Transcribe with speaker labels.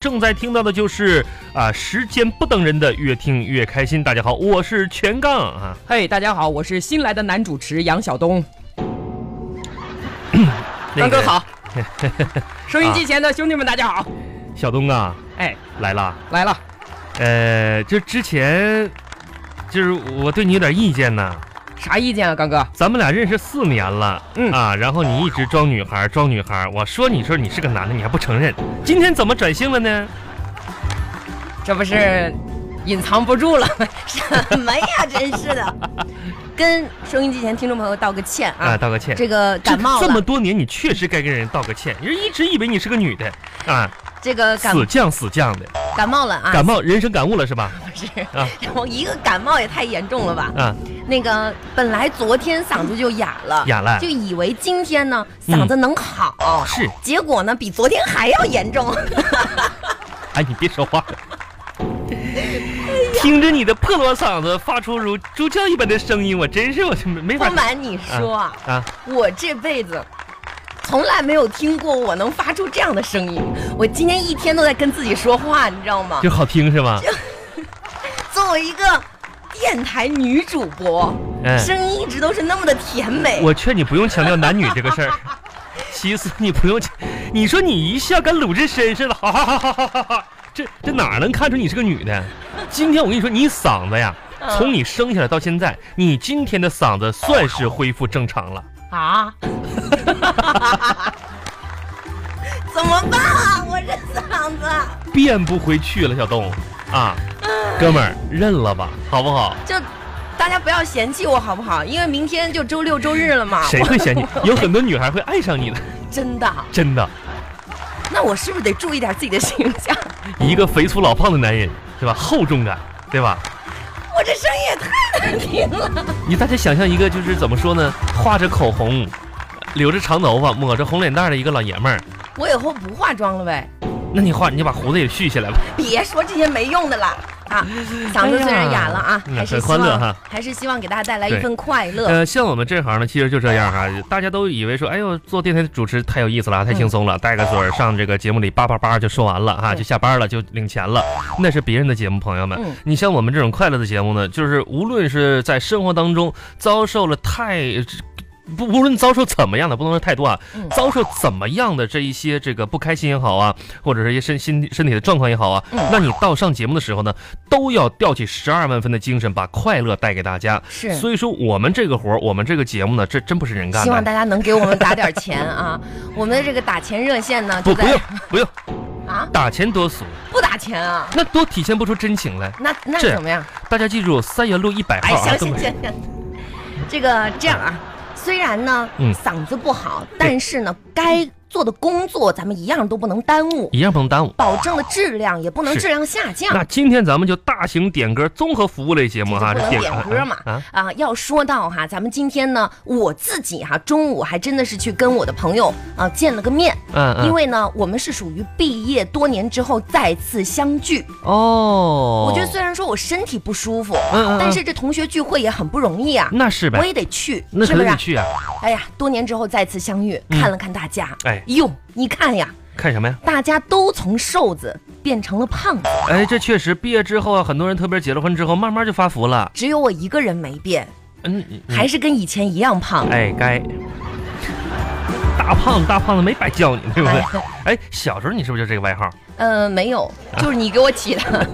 Speaker 1: 正在听到的就是啊，时间不等人的，越听越开心。大家好，我是全杠啊。
Speaker 2: 嘿大家好，我是新来的男主持杨晓东，
Speaker 1: 那
Speaker 2: 刚
Speaker 1: 个
Speaker 2: 哥，好， 收音机前的兄弟们大家好，
Speaker 1: 小东啊，
Speaker 2: 哎，
Speaker 1: 来啦。
Speaker 2: 来了，
Speaker 1: 呃，这之前就是我对你有点意见呢。
Speaker 2: 啥意见啊，刚哥？
Speaker 1: 咱们俩认识四年了，
Speaker 2: 嗯
Speaker 1: 啊，然后你一直装女孩，装女孩。我说你说你是个男的，你还不承认。今天怎么转性了呢？
Speaker 2: 这不是隐藏不住了，
Speaker 3: 什么呀，真是 的！跟收音机前听众朋友道个歉
Speaker 1: 啊，
Speaker 3: 啊，
Speaker 1: 道个歉。
Speaker 3: 这个感冒
Speaker 1: 这
Speaker 3: 了，
Speaker 1: 么多年，你确实该跟人道个歉。人一直以为你是个女的啊，
Speaker 3: 这个感
Speaker 1: 死犟死犟的。
Speaker 3: 感冒了啊，
Speaker 1: 感冒，人生感悟了是吧？
Speaker 3: 是
Speaker 1: 啊，
Speaker 3: 我一个感冒也太严重了吧？
Speaker 1: 啊，
Speaker 3: 那个本来昨天嗓子就哑了，
Speaker 1: 哑了
Speaker 3: 就以为今天呢
Speaker 1: 嗯
Speaker 3: 嗓子能好，
Speaker 1: 是。
Speaker 3: 结果呢比昨天还要严重。
Speaker 1: 哎，你别说话了。听着你的破锣嗓子发出如猪叫一般的声音，我真是我 这没没法
Speaker 3: 不瞒你说啊，
Speaker 1: 啊！
Speaker 3: 我这辈子。从来没有听过我能发出这样的声音，我今天一天都在跟自己说话，你知道吗？
Speaker 1: 就好听是吧？
Speaker 3: 作为一个电台女主播，
Speaker 1: 嗯，
Speaker 3: 声音一直都是那么的甜美。
Speaker 1: 我劝你不用强调男女这个 事儿。其次，你不用强，你说你一笑跟鲁智深似的，哈哈哈哈哈哈哈！这这哪能看出你是个女的？今天我跟你说，你嗓子呀，
Speaker 3: 嗯
Speaker 1: 从你生下来到现在，你今天的嗓子算是恢复正常了。
Speaker 3: 啊，怎么办啊？我这嗓子
Speaker 1: 变不回去了，小东啊，
Speaker 3: 嗯
Speaker 1: 哥们儿认了吧，好不好？
Speaker 3: 就，大家不要嫌弃我好不好？因为明天就周六周日了嘛。
Speaker 1: 谁会嫌 你？有很多女孩会爱上你的，
Speaker 3: 我真的？
Speaker 1: 真的。
Speaker 3: 那我是不是得注意点自己的形象？
Speaker 1: 一个肥粗老胖的男人，对吧？厚重感，对吧？
Speaker 3: 我这声音也太难听了。
Speaker 1: 你大家想象一个就是怎么说呢？画着口红，留着长头发，抹着红脸蛋的一个老爷们儿，
Speaker 3: 我以后不化妆了呗？
Speaker 1: 那你画你就把胡子也蓄起来吧。
Speaker 3: 别说这些没用的了啊！嗓子虽然哑了啊，
Speaker 1: 哎呀
Speaker 3: 还是
Speaker 1: 很
Speaker 3: 希
Speaker 1: 欢乐
Speaker 3: 望
Speaker 1: 哈
Speaker 3: 还是希望给大家带来
Speaker 1: 对
Speaker 3: 一份快乐。
Speaker 1: 呃，像我们这行呢，其实就这样哈、大家都以为说，哎呦，做电台主持太有意思了，太轻松了，带个嘴儿上这个节目里叭叭叭就说完了哈、
Speaker 3: 嗯
Speaker 1: 就下班了，就领钱了，那是别人的节目，朋友们。
Speaker 3: 嗯
Speaker 1: 你像我们这种快乐的节目呢，就是无论是在生活当中遭受了太。不，无论遭受怎么样的，不能说太多啊，
Speaker 3: 嗯
Speaker 1: 遭受怎么样的这一些这个不开心也好啊，或者是一些身心身体的状况也好啊，
Speaker 3: 嗯
Speaker 1: 那你到上节目的时候呢，都要吊起十二万分的精神，把快乐带给大家。
Speaker 3: 是
Speaker 1: 所以说我们这个活儿，我们这个节目呢，这真不是人干
Speaker 3: 希望
Speaker 1: 的。
Speaker 3: 大家能给我们打点钱 啊！我们的这个打钱热线呢，
Speaker 1: 不
Speaker 3: 就
Speaker 1: 不用
Speaker 3: 在
Speaker 1: 不用，
Speaker 3: 啊，
Speaker 1: 打钱多 俗，
Speaker 3: 不打钱啊，
Speaker 1: 那多体现不出真情来。
Speaker 3: 那那
Speaker 1: 这样
Speaker 3: 怎么样？
Speaker 1: 大家记住，三元路一百
Speaker 3: 哎，
Speaker 1: 号啊，
Speaker 3: 行
Speaker 1: 东
Speaker 3: 行
Speaker 1: 北
Speaker 3: 行行，这个这样啊，虽然呢、
Speaker 1: 嗯
Speaker 3: 嗓子不好，但是呢，该做的工作咱们一样都不能耽误，
Speaker 1: 一样不能耽误。
Speaker 3: 保证的质量也不能
Speaker 1: 是
Speaker 3: 质量下降
Speaker 1: 那今天咱们就大型点歌综合服务类节目哈，
Speaker 3: 这就不能点歌嘛
Speaker 1: 啊，
Speaker 3: 啊、要说到哈，咱们今天呢，我自己哈、中午还真的是去跟我的朋友啊、见了个面，
Speaker 1: 嗯嗯，
Speaker 3: 因为呢，我们是属于毕业多年之后再次相聚。
Speaker 1: 哦，
Speaker 3: 我觉得虽然说我身体不舒服，
Speaker 1: 嗯嗯嗯
Speaker 3: 但是这同学聚会也很不容易啊，
Speaker 1: 那是
Speaker 3: 我
Speaker 1: 呗，
Speaker 3: 也得去，
Speaker 1: 那
Speaker 3: 是
Speaker 1: 可
Speaker 3: 不
Speaker 1: 得
Speaker 3: 是
Speaker 1: 你
Speaker 3: 啊？
Speaker 1: 去啊，
Speaker 3: 哎呀，多年之后再次相遇，
Speaker 1: 嗯
Speaker 3: 看了看大家，
Speaker 1: 哎
Speaker 3: 哟，你看呀，
Speaker 1: 看什么呀？
Speaker 3: 大家都从瘦子变成了胖子，
Speaker 1: 哎，这确实，毕业之后啊，很多人特别结了婚之后，慢慢就发福了。
Speaker 3: 只有我一个人没变，
Speaker 1: 嗯，嗯嗯
Speaker 3: 还是跟以前一样胖。
Speaker 1: 哎，该大胖子，大胖子没白教
Speaker 3: 哎
Speaker 1: 哎
Speaker 3: 呃
Speaker 1: 你，对不对？哎，小时候你是不是就这个外号？
Speaker 3: 嗯、没有，就是你给我起的。